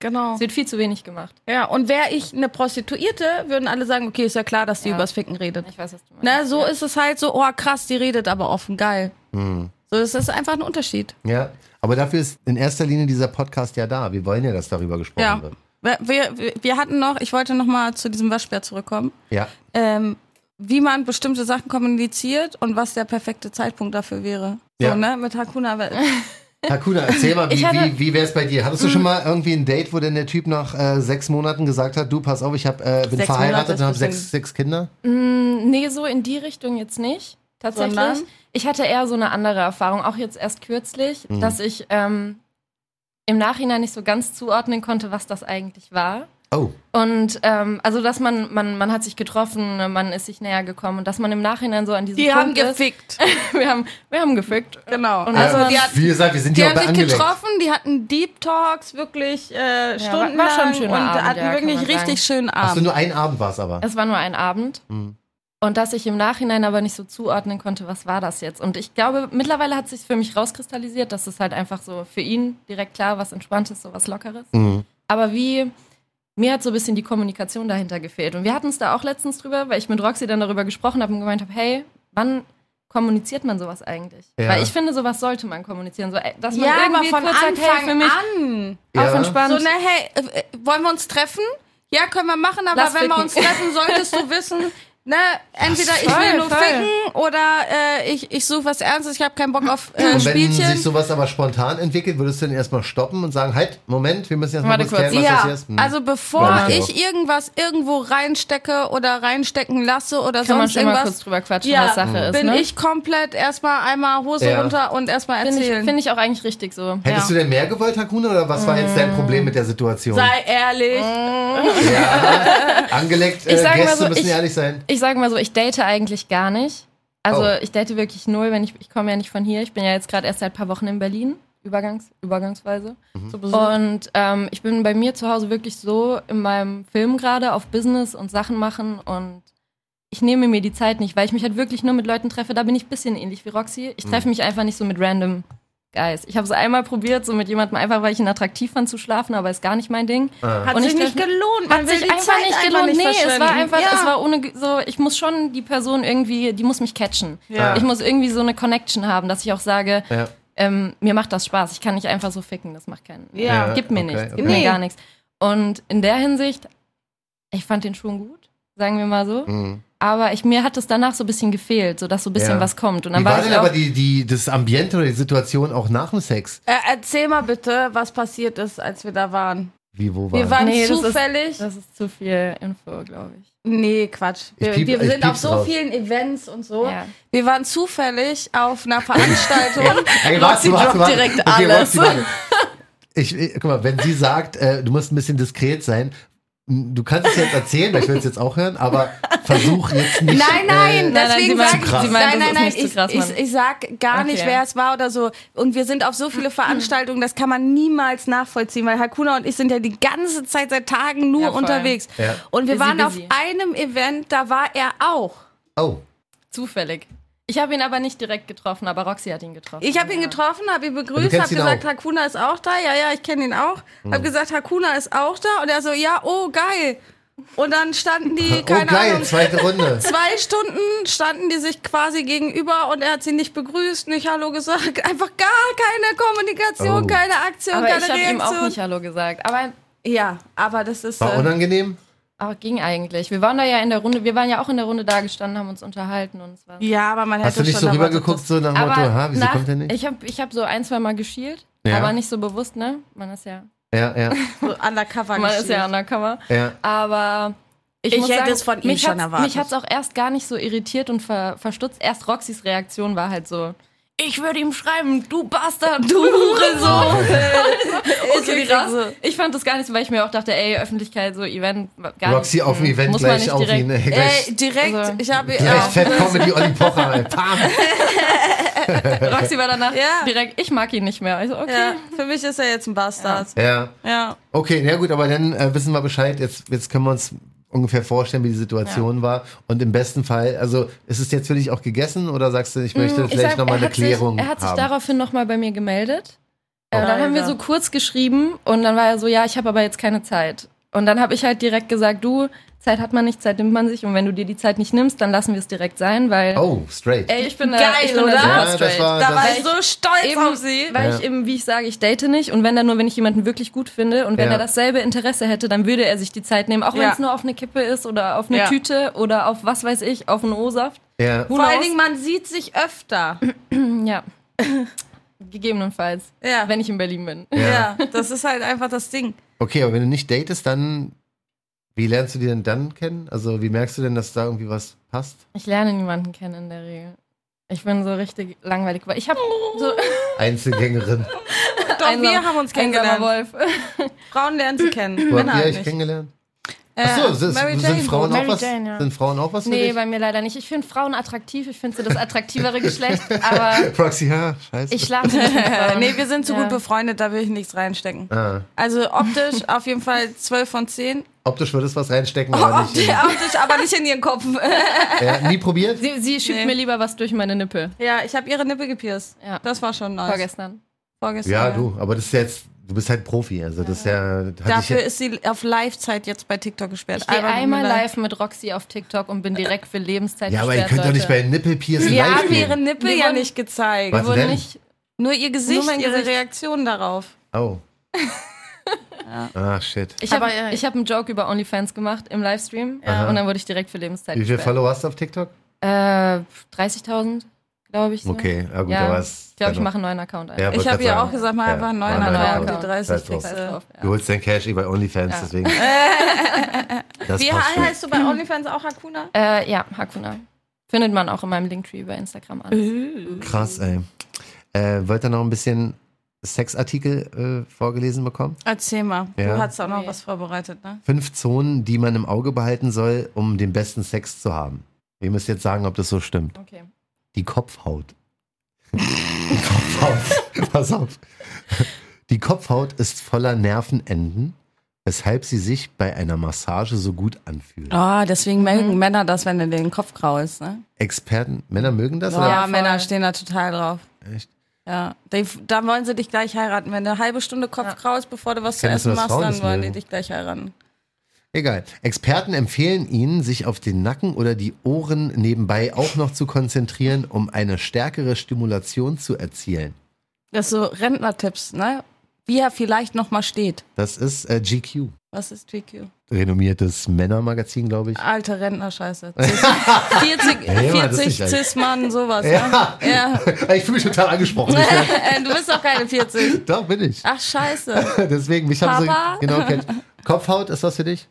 genau.
Es wird viel zu wenig gemacht.
Ja, und wäre ich eine Prostituierte, würden alle sagen, okay, ist ja klar, dass die übers Ficken redet.
Ich weiß, was du meinst.
Ne, so ist es halt so, oh krass, die redet aber offen, geil.
Mhm.
So, es ist einfach ein Unterschied.
Ja, aber dafür ist in erster Linie dieser Podcast ja da. Wir wollen ja, dass darüber gesprochen
Ja.
wird.
Wir, wir, wir hatten noch, ich wollte noch mal zu diesem Waschbär zurückkommen.
Ja.
Ähm, wie man bestimmte Sachen kommuniziert und was der perfekte Zeitpunkt dafür wäre. So,
Ja.
ne? Mit Hakuna. Weil (laughs)
Hakuna, erzähl mal, wie,
Ich hatte-
wie, wie wäre es bei dir?
Hm.
Hattest du schon mal irgendwie ein Date, wo denn der Typ nach äh, sechs Monaten gesagt hat, du, pass auf, ich hab, äh, bin
Sechs Monate
verheiratet
ist
und habe
bestimmt-
sechs, sechs Kinder?
Nee, so in die Richtung jetzt nicht. Tatsächlich.
Sondern?
Ich hatte eher so eine andere Erfahrung, auch jetzt erst kürzlich, dass ich ähm, im Nachhinein nicht so ganz zuordnen konnte, was das eigentlich war.
Oh,
Und ähm, also, dass man, man, man hat sich getroffen, ne, man ist sich näher gekommen und dass man im Nachhinein so an diesem
die
Punkt
haben
ist.
gefickt.
(laughs) wir haben Wir haben gefickt.
Genau.
Und
also
ja.
die, hat,
wie gesagt, wir sind
die
hier auch
haben
bei
sich
angelegt.
getroffen, die hatten Deep Talks, wirklich äh,
war- war
stundenlang
schon ein schöner
und
Abend,
hatten
ja, kann
wirklich
man
richtig
sagen.
schönen
Achso,
Abend.
nur einen Abend war es aber.
Es war nur ein Abend.
Mhm.
Und dass ich im Nachhinein aber nicht so zuordnen konnte, was war das jetzt. Und ich glaube, mittlerweile hat sich für mich rauskristallisiert, dass es halt einfach so für ihn direkt klar was Entspanntes, so was Lockeres.
Mhm.
Aber wie, mir hat so ein bisschen die Kommunikation dahinter gefehlt. Und wir hatten es da auch letztens drüber, weil ich mit Roxy dann darüber gesprochen habe und gemeint habe, hey, wann kommuniziert man sowas eigentlich?
Ja.
Weil ich finde, sowas sollte man kommunizieren. So, ey, dass man
ja, aber
irgendwie
von
kurz sagt, hey, für
Anfang
mich
an.
auf
Ja.
So,
entspannt.
ne, hey, äh, äh, wollen wir uns treffen? Ja, können wir machen, aber
Lass
wenn wir
ficken.
uns treffen, solltest du wissen, ne, entweder ich will
Voll,
nur
voll.
ficken oder äh, ich, ich suche was Ernstes, ich habe keinen Bock auf äh,
Und wenn
Spielchen.
sich sowas aber spontan entwickelt, würdest du denn erstmal stoppen und sagen, halt, Moment, wir müssen erstmal
Warte
kurz klären, was
kurz.
ja,
das hier ist. Hm.
also bevor
Glaub ich
ich irgendwas irgendwo reinstecke oder reinstecken lasse oder
kann man
sonst
schon mal kurz
irgendwas,
drüber quatschen,
ja,
was
Mhm.
Sache ist.
bin
ne?
ich komplett erstmal einmal Hose
Ja.
runter und erstmal
Finde ich,
erzählen.
finde ich auch eigentlich richtig so.
Hättest du denn mehr gewollt, Hakuna, oder was war jetzt
Mm.
dein Problem mit der Situation?
Sei ehrlich.
ja, angelegt, äh,
Ich sag mal
Gäste
so,
müssen
ich-
ehrlich sein.
Ich sage mal so, ich date eigentlich gar nicht. Also
Oh.
ich date wirklich null, wenn ich, ich komme ja nicht von hier. Ich bin ja jetzt gerade erst seit ein paar Wochen in Berlin, übergangs, übergangsweise. Und ähm, ich bin bei mir zu Hause wirklich so in meinem Film gerade auf Business und Sachen machen und ich nehme mir die Zeit nicht, weil ich mich halt wirklich nur mit Leuten treffe. Da bin ich ein bisschen ähnlich wie Roxy. Ich treffe mich einfach nicht so mit random Guys. Ich habe es einmal probiert, so mit jemandem einfach, weil ich ihn attraktiv fand, zu schlafen, aber ist gar nicht mein Ding.
Hat
Und
sich
ich
nicht
treff-
gelohnt. man
Hat
will
sich
die
einfach
Zeit
nicht gelohnt. nee, es war
verschwenden.
einfach,
Ja.
es war ohne, so, ich muss schon die Person irgendwie, die muss mich catchen.
Ja.
Ich muss irgendwie so eine Connection haben, dass ich auch sage,
Ja.
ähm, mir macht das Spaß, ich kann nicht einfach so ficken, das macht keinen,
Ja.
Ja,
gibt mir
okay,
nichts,
okay.
gibt mir
Nee.
gar nichts. Und in der Hinsicht, ich fand den schon gut, sagen wir mal so,
Mhm.
aber ich, mir hat es danach so ein bisschen gefehlt, so dass so ein bisschen
Ja.
was kommt. Und dann
Wie war
ich
denn
auch,
aber die, die, das Ambiente oder die Situation auch nach dem Sex?
Äh, erzähl mal bitte, was passiert ist, als wir da waren.
Wie, wo
Wir
war
waren
Nee, das ist-
zufällig.
das ist zu viel Info, glaube ich.
nee, Quatsch. Wir,
Ich piep-
wir
ich
sind auf
piep's
so
raus.
vielen Events und so.
Ja.
Wir waren zufällig auf
(laughs)
einer Veranstaltung.
Ey,
Roxy droppt direkt alles. (laughs)
warte. Ich, ich, guck mal, wenn sie sagt, äh, du musst ein bisschen diskret sein, m, du kannst es jetzt erzählen, weil ich will es jetzt auch hören, aber versuch jetzt nicht. äh,
Nein, nein,
Nein, nein,
deswegen
sie meint-
sage ich,
zu krass.
nein,
Sie
meint,
nein,
das
nein,
ist nicht zu
ich,
krass,
ich,
Mann.
ich sag gar nicht,
Okay.
wer es war oder so. Und wir sind auf so
(clears throat)
viele Veranstaltungen, das kann man niemals nachvollziehen, weil Hakuna und ich sind ja die ganze Zeit seit Tagen nur
Ja, voll.
unterwegs.
Ja.
Und wir
Busy,
waren auf
busy.
einem Event, da war er auch.
Äh, oh,
Zufällig. Ich habe ihn aber nicht direkt getroffen, aber Roxy hat ihn getroffen.
Ich habe ihn getroffen, habe ihn begrüßt,
kennst
habe
ihn
gesagt,
auch? Hm.
Hakuna ist auch da. Ja, ja, ich kenne ihn auch. Habe gesagt, Hakuna ist auch da. Und er so, ja, oh, geil. Und dann standen die,
(laughs) oh
keine
geil,
Ahnung,
zweite
(laughs)
Runde.
zwei Stunden standen die sich quasi gegenüber und er hat sie nicht begrüßt, nicht Hallo gesagt. (laughs) Einfach gar keine Kommunikation,
Oh.
keine Aktion,
Aber
keine
ich habe ihm
Reaktion.
auch nicht Hallo gesagt. Aber,
ja, aber das ist.
War
Äh,
unangenehm?
aber ging eigentlich. Wir waren da ja in der Runde, wir waren ja auch in der Runde da gestanden, haben uns unterhalten und es war.
ja, aber man
Hast du
hätte
nicht
schon
so
erwartet,
rübergeguckt,
dass-
so nach dem Motto, ha, wieso kommt der nicht?
Ich habe ich hab so ein, zwei Mal geschielt,
Ja.
aber nicht so bewusst, ne? Man ist ja,
Ja, ja,
So undercover
man ist
geschielt.
ja undercover.
ja.
Aber ich,
Ich
muss
hätte
sagen,
es von ihm
mich
schon
hat's-
erwartet.
Mich hat es auch erst gar nicht so irritiert und ver, verstutzt. Erst Roxys Reaktion war halt so. Ich würde ihm schreiben, du Bastard, du Hurensohn. (laughs) okay, krass. Ich fand das gar nicht so, weil ich mir auch dachte, ey, Öffentlichkeit, so Event, gar
Roxy
nicht,
auf dem
hm,
Event
muss man
gleich
nicht
auf
direkt-
ihn. Äh, (laughs) gleich
Ey, direkt,
Also-
ich habe
gleich
ja,
fett Comedy Olli Pocher. ey, Pam.
(laughs)
Roxy war danach
Ja.
direkt, ich mag ihn nicht mehr. Also, okay.
ja, für mich ist er jetzt ein Bastard.
Ja.
ja.
Okay, na gut, aber dann äh, wissen wir Bescheid. Jetzt, jetzt können wir uns ungefähr vorstellen, wie die Situation war. Und im besten Fall, also ist es jetzt für dich auch gegessen oder sagst du, ich möchte
Mm, Ich
vielleicht
sag,
nochmal
er
eine
hat sich-
Klärung
Er hat sich
haben?
daraufhin nochmal bei mir gemeldet. Äh,
Oh.
dann haben wir
Alter.
so kurz geschrieben und dann war er so, ja, ich habe aber jetzt keine Zeit. Und dann habe ich halt direkt gesagt, du, Zeit hat man nicht, Zeit nimmt man sich. Und wenn du dir die Zeit nicht nimmst, dann lassen wir es direkt sein, weil
Oh, straight.
ey, ich bin da,
Geil,
ich bin
oder?
Da super
Ja, das
straight.
war-
Da war
das-
ich so stolz
Eben,
auf sie.
Weil
Ja.
ich eben, wie ich sage, ich date nicht und wenn dann nur, wenn ich jemanden wirklich gut finde und wenn
Ja.
er dasselbe Interesse hätte, dann würde er sich die Zeit nehmen, auch
Ja.
wenn es nur auf eine Kippe ist oder auf eine
Ja.
Tüte oder auf was weiß ich, auf einen O-Saft.
Ja.
Who
Vor allen
knows?
Dingen, man sieht sich öfter. (clears throat) (laughs)
Ja. Gegebenenfalls,
Ja.
wenn ich in Berlin bin.
ja, das ist halt einfach das
(laughs)
Ding.
Okay, aber wenn du nicht datest, dann wie lernst du die denn dann kennen? Also wie merkst du denn, dass da irgendwie was passt?
Ich lerne niemanden kennen in der Regel. Ich bin so richtig langweilig, weil ich habe (laughs) so (laughs)
Einzelgängerin.
Doch, wir haben uns
einsamer
kennengelernt.
Wolf.
Frauen lernen sie kennen.
Wo habt
Männer
ihr
halt
euch
nicht.
kennengelernt?
Äh,
Achso, sind, sind, Frauen auch
Mary
was,
Jane, ja.
sind Frauen auch was für
Nee,
dich?
bei mir leider nicht. Ich finde Frauen attraktiv, ich finde sie das attraktivere Geschlecht, (laughs) aber
(laughs) Proxy, ja, scheiße.
ich schlafe nicht (laughs) mit
Äh,
Frauen.
nee, wir sind zu
Ja.
gut befreundet, da will ich nichts reinstecken.
ah,
Also
(laughs)
optisch auf jeden Fall 12 von 10.
optisch würdest du was reinstecken, aber nicht.
Optisch, optisch, aber nicht in ihren
(laughs)
Kopf.
Ja, nie probiert?
Sie, sie schiebt
Nee.
mir lieber was durch meine Nippel.
Ja, ich habe ihre Nippe gepierst.
Ja.
Das war schon nice.
Vorgestern.
Vorgestern,
Ja, du, aber das ist jetzt, du bist halt Profi, also das ist ja. Hatte
Dafür
ich,
ist sie auf Live-Zeit jetzt bei TikTok gesperrt.
Ich gehe
Albert,
einmal
tut mir leid.
live mit Roxy auf TikTok und bin direkt für Lebenszeit
ja, aber ihr
gesperrt,
könnt doch
Leute.
nicht bei Nippelpiercen
Wir
live
haben ihre
gehen.
Nippel
Wir
ja
wollen-
nicht gezeigt.
Was
Wurde
denn?
nicht.
Nur ihr Gesicht,
Nur mein
ihre
Gesicht.
Reaktion darauf.
Oh. Ah, shit.
Ich
Aber,
habe
ja.
ich hab einen Joke über OnlyFans gemacht im Livestream
Aha.
und dann wurde ich direkt für Lebenszeit
Wie viele
gesperrt.
Follower hast du auf TikTok?
Äh, 30.000, glaube ich. So.
Okay, ja gut,
ja,
aber es.
ich glaube, ich mache einen neuen Account ein.
Also Ja,
Ich
wollte
habe
grad
ihr
sagen.
auch gesagt, mal
Ja,
einfach einen neuen
mal einen neuen
Account,
Account.
die 30
Scheiß drauf.
kriegst
Scheiß
du.
drauf,
Du
ja.
holst dein Cash über OnlyFans, deswegen. Das
Wie
passt schon.
heißt du bei OnlyFans auch Hakuna?
Äh, ja, Hakuna. Findet man auch in meinem Linktree bei Instagram an.
Krass, ey. Äh, wollt ihr noch ein bisschen Sexartikel äh, vorgelesen bekommen?
Erzähl mal.
Ja.
Du hast auch noch
Nee.
was vorbereitet, ne?
Fünf Zonen, die man im Auge behalten soll, um den besten Sex zu haben. Ihr müsst jetzt sagen, ob das so stimmt.
Okay.
Die Kopfhaut. Die (laughs) Kopfhaut. Pass auf. Die Kopfhaut ist voller Nervenenden, weshalb sie sich bei einer Massage so gut anfühlt.
Oh, deswegen mögen Männer das, wenn du den Kopf kraulst, ne?
Experten, Männer mögen das?
Ja,
Oder?
voll.
Männer stehen da total drauf.
Echt?
Ja, die, da wollen sie dich gleich heiraten. Wenn du eine halbe Stunde Kopf
Ja.
kraulst, bevor du was zu
Kennst du
essen
das
machst, dann
Frauendes
wollen die
mögen?
dich gleich heiraten.
Egal. Experten empfehlen Ihnen, sich auf den Nacken oder die Ohren nebenbei auch noch zu konzentrieren, um eine stärkere Stimulation zu erzielen.
Das ist so Rentnertipps, ne? Wie er vielleicht nochmal steht.
Das ist äh, GQ.
Was ist TQ?
Renommiertes Männermagazin, glaube ich.
Alte Rentnerscheiße.
(laughs)
40,
Mann, das ist
40
nicht alt.
Cis-Mann, sowas,
Ja.
ne? Ja.
Ich fühle mich total angesprochen.
Äh, du bist doch keine 40.
da bin ich.
Ach, scheiße.
(laughs) Deswegen, mich haben
Papa?
sie genau kennt.
(laughs)
Kopfhaut, ist das für dich?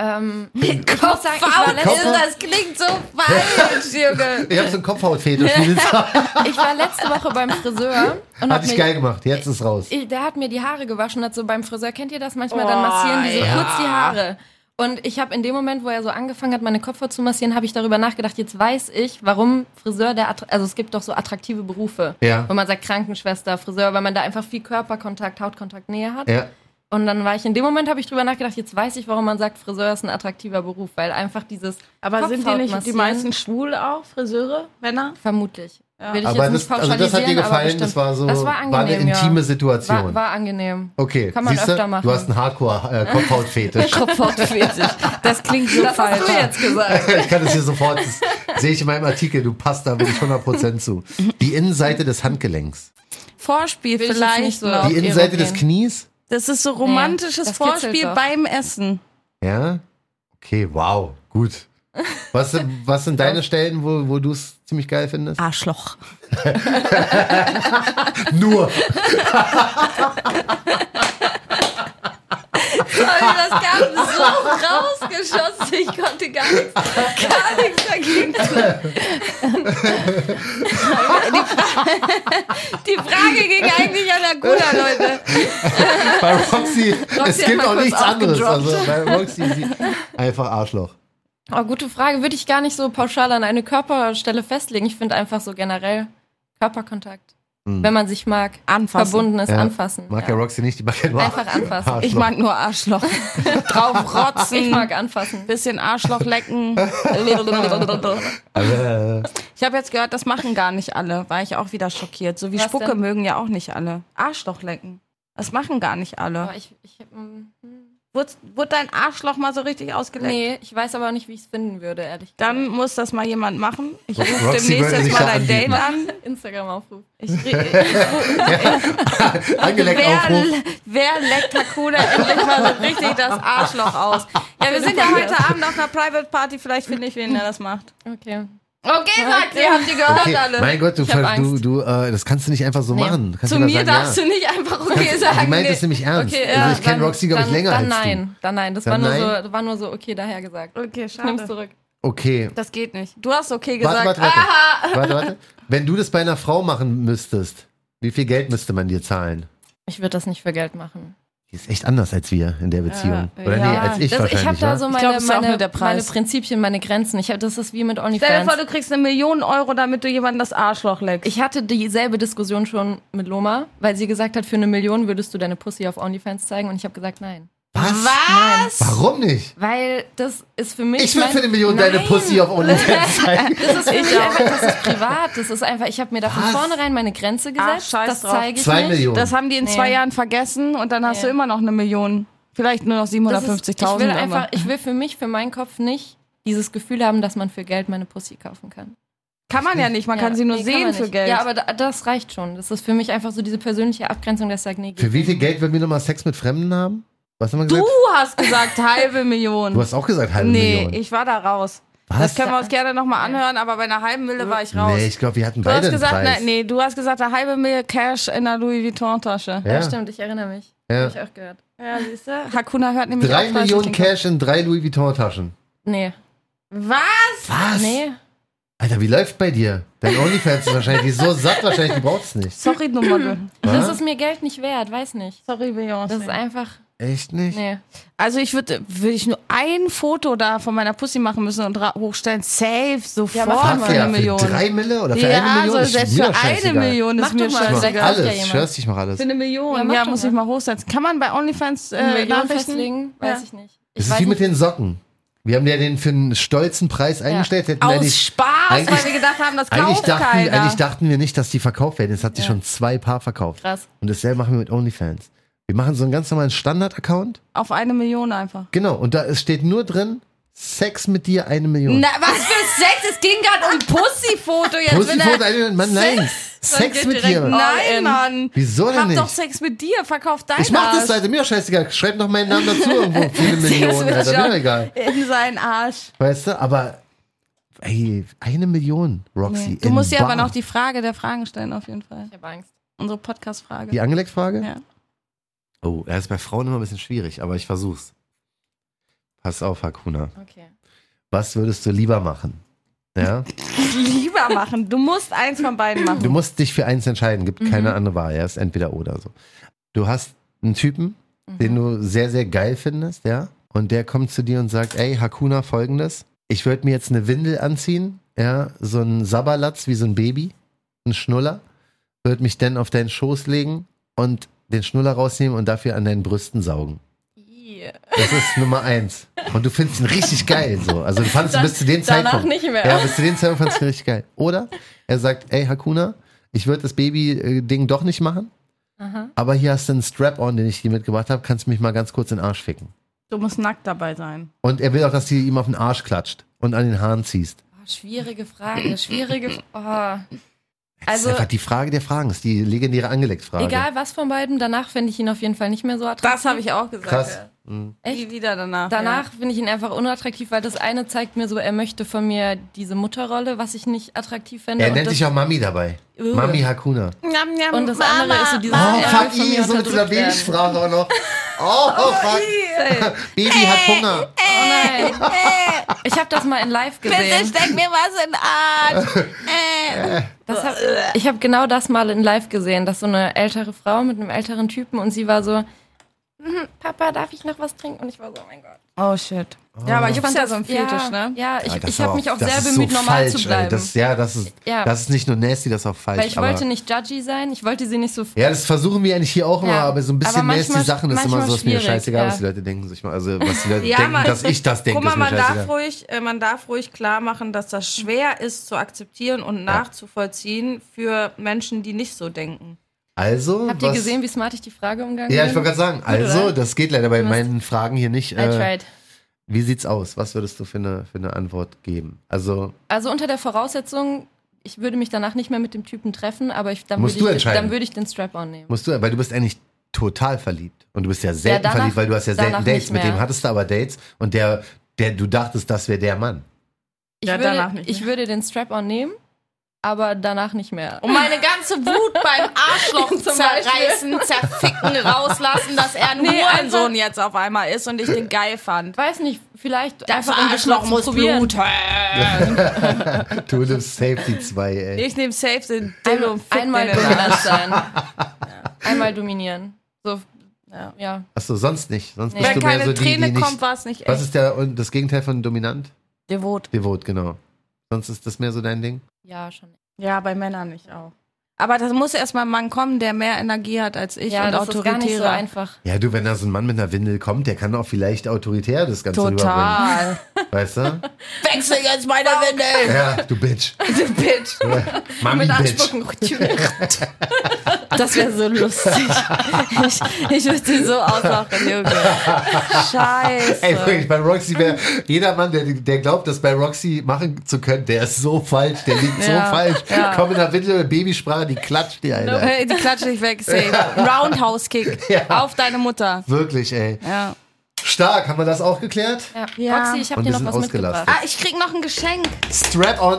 Ähm, ich muss sagen, ich war,
Faul ist
letzte,
das, klingt so falsch, Junge.
Ich habe so einen Kopfhautfetisch.
(laughs) ich war letzte Woche beim Friseur und hab
Hat ich
mir
geil gemacht. Jetzt ist raus.
Ich, der hat mir die Haare gewaschen, hat so beim Friseur, kennt ihr das manchmal,
Oh,
dann massieren die so
ja.
kurz die Haare. Und ich habe in dem Moment, wo er so angefangen hat, meine Kopfhaut zu massieren, habe ich darüber nachgedacht, jetzt weiß ich, warum Friseur der, attra- also es gibt doch so attraktive Berufe,
Ja.
wo man sagt Krankenschwester, Friseur, weil man da einfach viel Körperkontakt, Hautkontakt, Nähe hat.
Ja.
Und dann war ich in dem Moment, habe ich drüber nachgedacht, jetzt weiß ich, warum man sagt, Friseur ist ein attraktiver Beruf, weil einfach dieses
Aber sind die
Kopfhaut
nicht die
massieren-
meisten schwul auch, Friseure, Männer?
Vermutlich. Will ich
Aber das,
jetzt nicht
also das hat dir
pauschalisieren, aber
gefallen, das
bestimmt.
war so
das war
war eine
angenehm,
intime
ja.
Situation.
War, war angenehm.
okay,
Kann man
siehste,
öfter machen.
du (laughs) hast einen äh,
(laughs)
Hardcore-Kopfhautfetisch.
Das klingt so
das
falsch.
hast du jetzt gesagt.
(laughs) (laughs) Ich kann es hier sofort, das sehe ich in meinem Artikel, du passt da wirklich 100% zu. Die Innenseite des Handgelenks.
Vorspiel
Will ich jetzt
vielleicht
nicht so-
noch.
Die Innenseite des
erogen.
Knies.
Das ist so romantisches
das kitzelt
Vorspiel
doch.
beim Essen.
Ja? Okay, wow, gut. Was, sind- was sind deine Stellen, wo, wo du es ziemlich geil findest?
Arschloch.
Nur.
Das kam so rausgeschossen, ich konnte gar nichts, gar nichts dagegen tun.
(laughs)
Die, Fra- die Frage ging eigentlich an Akuna, Leute.
Bei Roxy, es
hat
gibt
mal
auch
kurz
nichts anderes. Also
aufgedroppt.
bei Roxy, sie, einfach Arschloch.
Oh, gute Frage. Würde ich gar nicht so pauschal an eine Körperstelle festlegen. Ich finde einfach so generell Körperkontakt. Wenn man sich mag,
Anfassen.
verbunden ist,
Hm. Ja.
anfassen.
Mag ja
ja.
Roxy nicht, die mag ja nur
Einfach anfassen.
Arschloch.
Ich mag nur
(laughs)
Arschloch. Drauf rotzen.
Ich mag anfassen.
Bisschen Arschloch
(laughs)
lecken.
Aber, äh,
Ich habe jetzt gehört, das machen gar nicht alle. War ich auch wieder schockiert. So wie
Was
Spucke
denn?
mögen ja auch nicht alle. Arschloch lecken. Das machen gar nicht alle.
Aber ich, ich, mm, mm.
Wurde, wurde dein Arschloch mal so richtig ausgeleckt?
Nee, ich weiß aber auch nicht, wie ich es finden würde, ehrlich
Dann muss das mal jemand machen. Ich rufe
Roxy
demnächst
würde
jetzt
sich
mal
da
dein Date
anbieten.
an.
gesagt. Instagram-Aufruf.
Ich, re-
Angeleckt
wer,
aufrufen.
wer leckt Hakuna endlich mal so richtig das Arschloch aus? Ja, wir sind ja heute Abend auf einer Private Party. Vielleicht finde ich wen, der das macht.
(laughs) Okay.
Okay, sagt ihr, habt ihr gehört
Okay,
alle.
mein Gott, du,
hab
ver- du,
Angst.
du äh, das kannst du nicht einfach so machen. Du Kannst
Zu
immer
mir
sagen,
darfst
ja.
du nicht einfach okay
Die
sagen.
meint
Nee.
es nämlich ernst.
Okay, ja,
also ich kenne Roxy, glaube ich,
äh, dann-
länger
Dann
als
nein, dann nein. Das
Dann
war, nur
nein?
So, war nur so, okay, daher gesagt.
Okay,
Ich nimm's
schade.
zurück.
du. Okay,
Das geht nicht. Du hast okay
warte,
gesagt.
warte, warte. warte, warte. Wenn du das bei einer Frau machen müsstest, wie viel Geld müsste man dir zahlen?
Ich würde das nicht für Geld machen.
Die ist echt anders als wir in der Beziehung. Oder nee,
ja.
als ich
das,
wahrscheinlich. ne?
ich habe da
wa?
so
glaub,
meine,
es ist auch
meine,
nur der Preis.
meine Prinzipien, meine Grenzen. Ich hab, das ist wie mit
Ah, Stell dir vor,
OnlyFans.
du kriegst eine Million Euro, damit du jemandem das Arschloch leckst.
Ich hatte dieselbe Diskussion schon mit Loma, weil sie gesagt hat, für eine Million würdest du deine Pussy auf OnlyFans zeigen. Und ich habe gesagt, nein.
Was?
Was?
Warum nicht?
Weil das ist für mich.
Ich will
mein-
für eine Million deine
Nein.
Pussy
(laughs)
auf OnlyFans zeigen.
Das ist für mich einfach, das ist privat. Das ist einfach, ich habe mir da von
Was?
vornherein meine Grenze
Ach,
gesetzt.
scheiß
das
drauf.
zeige ich
Zwei
nicht.
Millionen.
Das haben die in zwei
Nee.
Jahren vergessen und dann hast
Nee.
du immer noch eine Million. Vielleicht nur noch
Das ist-
750.000.
Ich will
aber-
einfach, ich will für mich, für meinen Kopf nicht dieses Gefühl haben, dass man für Geld meine Pussy kaufen kann.
Kann man ja nicht, man
Ja,
kann sie nur
nee,
sehen
man
für
nicht.
Geld.
Ja, aber da, das reicht schon. Das ist für mich einfach so diese persönliche Abgrenzung, dass ich sage, nee, geht
Für wie
nicht.
viel Geld würden wir nochmal Sex mit Fremden haben? Was haben wir
du
gesagt?
hast gesagt
(laughs)
halbe Million.
Du hast auch gesagt halbe
nee,
Million.
ich war da raus.
Was?
Das können wir uns gerne nochmal anhören, aber bei einer halben Mille war ich raus.
Nee, ich glaube, wir hatten
du
beide
hast gesagt,
einen Preis.
ne, nee, du hast gesagt, eine halbe Mille Cash in der Louis Vuitton Tasche.
Ja,
ja.
stimmt, ich erinnere mich.
Ja.
Hab ich auch gehört.
Ja, siehst du? Hakuna hört nämlich
Drei
auf, falsch
Millionen
zu denken.
Cash in drei Louis Vuitton-Taschen.
Nee.
Was?
Was?
Nee.
Alter, wie läuft bei dir? Dein Onlyfans ist wahrscheinlich die ist so satt, wahrscheinlich du brauchst nicht.
Sorry, du Model.
Das
Was?
ist mir Geld nicht wert, weiß nicht.
(clears throat) Sorry, Beyoncé.
Das ist einfach.
Echt nicht?
Nee.
Also ich würde würde ich nur ein Foto da von meiner Pussy machen müssen und ra- hochstellen, safe, sofort
aber
Fuck
mach
eine
ja,
Million.
für drei Mille oder für
ja,
eine Million?
also selbst
mir
für
doch
eine
scheißegal.
Million
Mach
ist mir
doch mal,
Ich
schon
mach
Sechs
egal.
alles,
Sechs. ja
ich
jemand.
schwör's, ich mach alles.
Für eine Million,
Ja, mach
ja,
doch
muss
mal.
ich mal hochsetzen. Kann man bei OnlyFans
Eine
äh,
Million
Nachrichten?
festlegen,
Ja.
weiß ich nicht. Ich
Es ist
weiß
wie
nicht.
mit den Socken. Wir haben ja den für einen stolzen Preis eingestellt. Hätten wir
Aus
nicht,
Spaß,
eigentlich-
weil wir gedacht haben, das
eigentlich,
kauft
dachten,
keiner.
eigentlich dachten wir nicht, dass die verkauft werden. Jetzt hat sie schon zwei Paar verkauft.
Krass.
Und dasselbe machen wir mit OnlyFans. Wir machen so einen ganz normalen Standard-Account.
Auf eine Million einfach.
Genau, und da es steht nur drin, Sex mit dir eine Million.
Na, was für Sex? Es ging gerade um Pussy-Foto. Jetzt
Pussy
will
Foto,
er-
eine Million. Mann, nein. Sex mit dir.
Nein, Mann.
Wieso denn
Hab doch
nicht?
Sex mit dir, verkauf dein
Ich mach das,
Arsch
Seite, mir doch scheißegal. Schreib noch
(laughs)
meinen Namen dazu irgendwo. Viele Millionen,
wird
Alter, mir
schon.
doch egal.
in seinen Arsch.
Weißt du, aber ey, eine Million, Roxy.
Du
in
musst dir
Bar.
aber noch die Frage der Fragen stellen, auf jeden Fall.
Ich habe Angst.
Unsere Podcast-Frage.
Die Angeleckt-Frage?
Ja.
Oh, er ist bei Frauen immer ein bisschen schwierig, aber ich versuch's. Pass auf, Hakuna.
Okay.
Was würdest du lieber machen?
(laughs)
Ja?
(laughs) Lieber machen. Du musst eins von beiden machen.
Du musst dich für eins entscheiden, gibt
Mhm.
keine andere Wahl. Ja, ist entweder oder so. Du hast einen Typen,
Mhm.
den du sehr, sehr geil findest, ja? Und der kommt zu dir und sagt, ey, Hakuna, folgendes. Ich würde mir jetzt eine Windel anziehen, ja? So ein Sabberlatz wie so ein Baby, ein Schnuller. Würde mich dann auf deinen Schoß legen und den Schnuller rausnehmen und dafür an deinen Brüsten saugen. Das ist Nummer eins. Und du findest ihn richtig geil, so. Also du fandest ihn bis zu dem
Danach
Zeitpunkt.
nicht mehr.
Ja, bis zu dem Zeitpunkt fandest du ihn richtig geil. Oder er sagt, ey Hakuna, ich würde das Baby-Ding doch nicht machen,
Aha.
aber hier hast du einen Strap-On, den ich dir mitgebracht habe, kannst mich mal ganz kurz in den Arsch ficken.
Du musst nackt dabei sein.
Und er will auch, dass du ihm auf den Arsch klatscht und an den Haaren ziehst.
Oh, schwierige Frage, schwierige. Oh.
Das
Also
ist einfach die Frage der Fragen, das ist die legendäre Angeleckt-Frage.
egal was von beiden, danach finde ich ihn auf jeden Fall nicht mehr so attraktiv.
Das habe ich auch gesagt.
Krass.
ja.
Mhm.
Die wieder danach.
Danach finde ich ihn einfach unattraktiv, weil das eine zeigt mir so, er möchte von mir diese Mutterrolle, was ich nicht attraktiv finde.
Er
und
nennt
das, Ah,
dich auch Mami dabei.
Ugh.
Mami Hakuna.
Ja. Njam, njam,
Und das
Mama.
andere ist so dieses.
Oh,
er
fuck,
will von
i, so
mir
mit dieser
unterdrückt werden.
Babysprache auch
(laughs)
noch. Oh, fuck. Baby hat Hunger.
(laughs)
Oh nein. Ich habe das mal in live
Bitte
gesehen.
steck mir was in den Arsch. äh.
Das hab, ich habe genau das mal in live gesehen, dass so eine ältere Frau mit einem älteren Typen und sie war so, "Mhm, Papa, darf ich noch was trinken? Und ich war so, oh mein Gott.
Oh shit. Ja, aber ich
fand
hab's ja
das-
so ein Fetisch, ne?
Ja, ich,
Ja, das
ich
war
habe mich auch
das
sehr
ist
bemüht,
so
normal
falsch,
zu bleiben.
Ey. Das, ja, das ist,
Ja.
das ist nicht nur nasty, das ist auch falsch.
weil ich wollte
aber,
nicht judgy sein, ich wollte sie nicht so
ja, das versuchen wir eigentlich hier auch immer,
Ja.
aber so ein bisschen
Aber
nasty
manchmal-
Sachen ist immer so,
manchmal
ist mir
schwierig,
scheißegal,
ja.
was die Leute denken. Sich mal, also, was
(laughs)
die Leute
Ja,
denken,
man-
dass ich das denke,
Guck mal,
ist mir
man
scheißegal.
darf, ruhig, äh, man darf ruhig klar machen, dass das schwer ist zu akzeptieren und nachzuvollziehen für Menschen, die nicht so denken.
Also,
Habt ihr
was-
gesehen, wie smart ich die Frage umgangen
Ja, ich
bin?
wollte gerade sagen,
oder?
also, das geht leider bei
Mist.
meinen Fragen hier nicht.
I
Äh,
tried.
wie sieht's aus? Was würdest du für eine, für eine Antwort geben? Also,
Also unter der Voraussetzung, ich würde mich danach nicht mehr mit dem Typen treffen, aber ich, dann,
Musst
würde
du
ich,
entscheiden.
dann würde ich den Strap-on nehmen.
musst du, weil du bist eigentlich total verliebt. Und du bist ja selten
danach-
verliebt, weil du hast ja selten
danach
Dates.
nicht
Mit
mehr.
dem hattest du aber Dates und der, der, du dachtest, das wäre der Mann.
Ich,
Ja,
würde,
danach nicht
ich
mehr.
würde den Strap-on nehmen, aber danach nicht mehr.
Und meine ganze
(laughs)
Wut beim Arschloch
Zum
zerreißen, zerficken, rauslassen, dass er ein
Nee, also
Hurensohn jetzt auf einmal ist und ich den geil fand.
Weiß nicht, vielleicht
Das
einfach um das mal
Arschloch
zu
muss
probieren.
bluten.
Du nimmst Safety 2, ey.
Ich nehme safe den Dillo
Einmal,
und fick
einmal
den in den Arsch.
dominant (laughs) sein. Einmal dominieren. So,
Ja.
ja.
Achso, sonst nicht. Sonst
Nee.
bist
Wenn
du mehr
keine
so die, die
Träne
nicht,
kommt, war es nicht
Was
echt.
ist der, und das Gegenteil von dominant?
Devot.
Devot, genau. Sonst ist das mehr so dein Ding?
Ja, schon.
Ja, bei Männern nicht auch. Aber da muss erstmal ein Mann kommen, der mehr Energie hat als ich
Ja,
und
das ist gar nicht so
autoritärer.
einfach.
Ja, du, wenn da so ein Mann mit einer Windel kommt, der kann auch vielleicht autoritär das Ganze
Total.
überbringen. Weißt du?
(laughs) Wechsel jetzt meine Windel.
Ja, du
(laughs)
Bitch.
Bitch.
Mami
Mit
Bitch.
Anspucken. (laughs)
Das wäre so lustig. Ich, (laughs) ich würde sie so auslachen, Junge.
(laughs)
Scheiße.
Ey, wirklich, bei Roxy wäre jeder Mann, der, der glaubt, das bei Roxy machen zu können, der ist so falsch, der liegt so
Ja,
falsch.
ja.
Komm in der Windel, Babysprache, die klatscht dir einer.
Hey, Äh, die klatsche ich weg, safe. (laughs) Roundhouse-Kick. Auf deine Mutter.
Wirklich, ey.
Ja.
Stark, haben wir das auch geklärt?
Ja.
Ja.
Roxy, ich habe
Und wir
dir noch
sind
was
ausgelastet.
mitgebracht.
Ah, ich krieg noch ein Geschenk.
Strap on.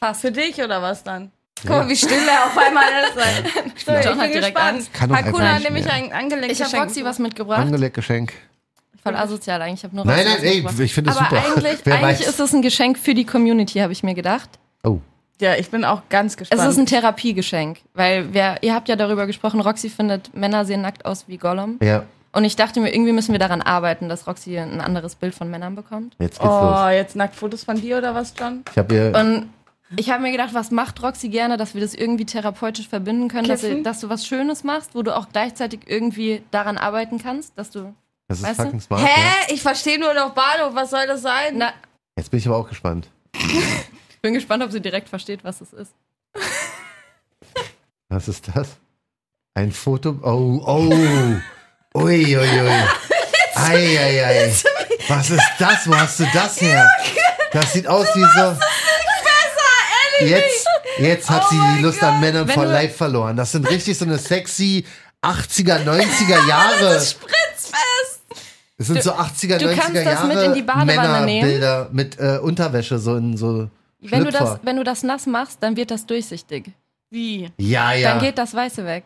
Was? Für dich oder was dann? Guck mal, wie still er auf einmal (laughs) ist.
ne?
So, ich
John hat
bin
direkt
gespannt.
Angst.
Kann doch
Hakuna
einfach
hat
nicht
nämlich
mehr.
ein angelegtes
Ich habe
Geschenk.
Roxy was mitgebracht.
Angelegt Geschenk.
Voll asozial eigentlich. Ich habe nur
Nein,
Roxy
nein,
was
ey,
mitgebracht.
ich finde es
Aber
super.
eigentlich,
Wer
eigentlich
weiß.
ist es ein Geschenk für die Community, habe ich mir gedacht.
Oh.
Ja, ich bin auch ganz gespannt.
Es ist ein Therapiegeschenk, weil wer, ihr habt ja darüber gesprochen, Roxy findet, Männer sehen nackt aus wie Gollum.
Ja,
Und ich dachte mir, irgendwie müssen wir daran arbeiten, dass Roxy ein anderes Bild von Männern bekommt.
jetzt geht's
oh,
los.
jetzt Nacktfotos von dir oder was, John?
Ich hab ihr.
Und ich habe mir gedacht, was macht Roxy gerne, dass wir das irgendwie therapeutisch verbinden können, dass,
Kiffen?
wir, dass du was Schönes machst, wo du auch gleichzeitig irgendwie daran arbeiten kannst, dass du.
Das ist
weißt du?
fucking smart. Ja.
Hä? Ich verstehe nur noch Bahnhof. Was soll das sein?
Na,
Jetzt bin ich aber auch gespannt.
ich bin gespannt, ob sie direkt versteht, was es ist.
Was ist das? Ein Foto. Oh, oh. Ui, ui, ui. Ei, ei, ei. Was ist das? Wo hast du das her? Das sieht aus wie so. Jetzt, jetzt hat sie die Lust an Männern
Wenn
for
du-
Life verloren. Das sind richtig so eine sexy 80er, (laughs) 90er Jahre. Das ist spritzfest. Es sind so 80er,
du
90er
kannst das
Jahre
mit in die Badewanne nehmen.
Männerbilder mit äh, Unterwäsche, so in so
Wenn du, das,
Schlüpfer.
wenn du das nass machst, dann wird das durchsichtig.
Wie?
ja, ja.
Dann geht das Weiße weg.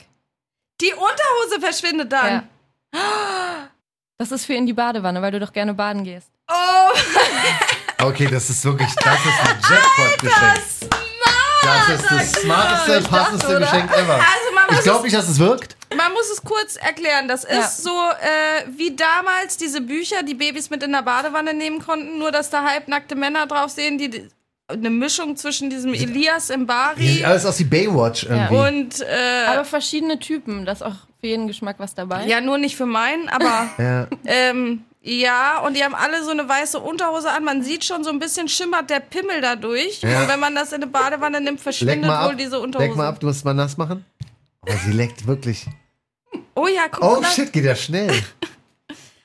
Die Unterhose verschwindet dann.
Ja. Das ist für in die Badewanne, weil du doch gerne baden gehst.
Okay, das ist wirklich, das ist ein Jackpot-Geschenk. Das ist das smarteste, passendste Geschenk ever.
Also man
ich
muss,
glaube nicht, dass es wirkt.
es, man muss es kurz erklären. Das ist
Ja.
so äh, wie damals diese Bücher, die Babys mit in der Badewanne nehmen konnten, nur dass da halbnackte Männer drauf sehen, die- die eine Mischung zwischen diesem Elias im Bari
Sieht alles aus wie Baywatch irgendwie.
und äh,
Aber verschiedene Typen, das ist auch für jeden Geschmack was dabei.
ja nur nicht für meinen, aber
(laughs) ja.
ähm, ja und die haben alle so eine weiße Unterhose an. Man sieht schon so ein bisschen schimmert der Pimmel dadurch
Ja.
und wenn man das in eine Badewanne nimmt,
Leck
verschwindet
mal
wohl
ab.
diese
Leck mal
Unterhose.
ab, du musst mal nass machen. Oh, sie leckt wirklich.
Oh ja, guck
Oh
mal.
shit, geht ja schnell.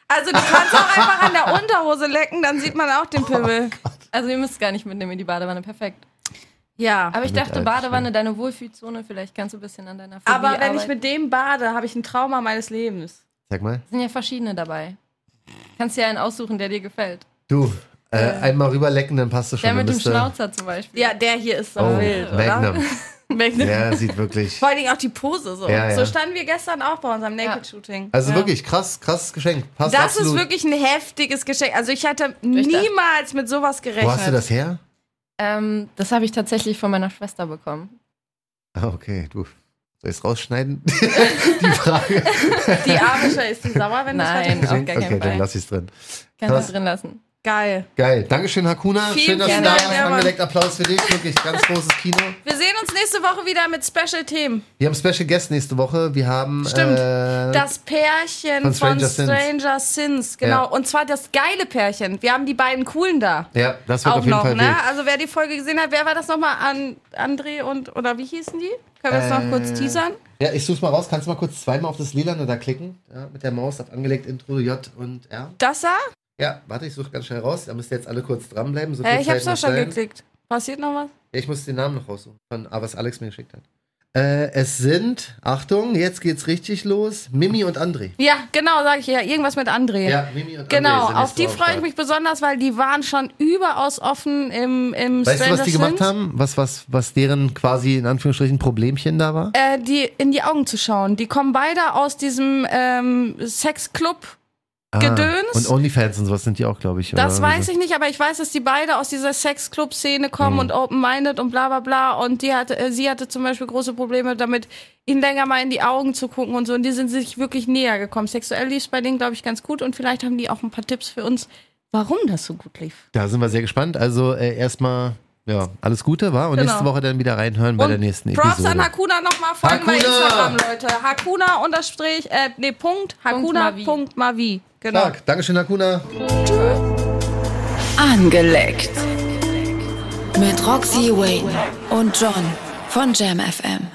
Also du kannst auch einfach an der Unterhose lecken, dann sieht man
Oh
auch den Pimmel.
Also ihr müsst es gar nicht mitnehmen in die Badewanne, perfekt.
Ja.
Aber ich
Damit
dachte,
alles
Badewanne, deine Wohlfühlzone, vielleicht kannst du ein bisschen an deiner Phobie
Aber wenn ich
arbeiten.
mit dem bade, habe ich ein Trauma meines Lebens.
Sag mal.
sind ja verschiedene dabei. Kannst dir einen aussuchen, der dir gefällt.
Du, äh, einmal rüberlecken, dann passt du schon.
Der mit
Dann
dem
bist du-
Schnauzer zum Beispiel.
Ja, der hier ist so
Oh,
wild,
Magnum.
oder? (laughs) Magnum.
Ja, sieht wirklich.
Vor allen Dingen auch die Pose so.
Ja, ja.
So standen wir gestern auch bei unserem Naked-Shooting.
Also
Ja.
wirklich, krass, krasses Geschenk. Passt
Das ist
absolut.
wirklich ein heftiges Geschenk. Also ich hätte
Durchdacht.
niemals mit sowas gerechnet.
Wo hast du das her?
Ähm, das habe ich tatsächlich von meiner Schwester bekommen.
Ah, okay, du. Soll ich es rausschneiden? die Frage.
Die Arme ist die sauer, wenn das
Nein.
verliert?
Auf gar keinen
(laughs) okay,
Fall.
dann lass ich es drin.
Kannst
Krass.
du drin lassen.
Geil.
Geil. Dankeschön, Hakuna.
Vielen,
Schön, dass du
vielen
da
Dank,
warst.
ja, Mann.
Angelegt Applaus für dich. Wirklich ganz großes Kino.
Wir sehen uns nächste Woche wieder mit Special-Themen.
Wir haben Special Guest nächste Woche. Wir haben.
Stimmt.
Äh,
Das Pärchen
Von
von
Stranger
Stranger,
Things.
Sins, genau.
Ja.
Und zwar das geile Pärchen. Wir haben die beiden coolen da.
ja, das wird
auch
auf jeden
noch,
Fall
ne?
wild.
Also wer die Folge gesehen hat, wer war das nochmal? An André und oder wie hießen die? Können wir das noch
Äh,
kurz teasern?
Ja, ich such's mal raus. Kannst du mal kurz zweimal auf das Lilane da klicken? Ja, mit der Maus auf angelegt Intro J und R.
Das da?
Ja, warte, ich suche ganz schnell raus. Da müsst ihr jetzt alle kurz dranbleiben. So
Äh,
viel
ich
Zeit
hab's
muss
doch schon
sein.
geklickt. Passiert noch was?
Ja, ich muss den Namen noch raussuchen, von, ah, was Alex mir geschickt hat. Äh, es sind, Achtung, jetzt geht's richtig los, Mimi und André.
Ja, genau, sage ich ja. Irgendwas mit André.
Ja, Mimi und
Genau,
André. sind
auf
nächste
die
Woche
freue ich
am
mich besonders, weil die waren schon überaus offen im, im
Start. Weißt du,
Stranger
was die gemacht
Things.
haben? Was, was, was deren quasi in Anführungsstrichen Problemchen da war?
Äh, die in die Augen zu schauen. Die kommen beide aus diesem ähm, Sexclub. Gedöns?
Ah, Und oh, also Onlyfans und sowas sind die auch, glaube ich.
Das
oder?
weiß ich nicht, aber ich weiß, dass die beide aus dieser Sexclub-Szene
Mhm.
kommen und open-minded und bla bla bla. Und die hatte, äh, sie hatte zum Beispiel große Probleme damit, ihnen länger mal in die Augen zu gucken und so. Und die sind sich wirklich näher gekommen. Sexuell lief es bei denen, glaube ich, ganz gut. Und vielleicht haben die auch ein paar Tipps für uns, warum das so gut lief.
Da sind wir sehr gespannt. Also äh, erstmal, ja, alles Gute, war? Und
Genau.
nächste Woche dann wieder reinhören bei
und
der nächsten
Props
Episode.
an Hakuna nochmal folgen bei
Hakuna!
Instagram, Leute. Hakuna unterstrich, äh, nee, Punkt, Hakuna
Punkt Mavi.
Punkt Mavi. Genau.
Stark. Dankeschön, Hakuna.
Angeleckt. Mit Roxy Wayne und John von Jam FM.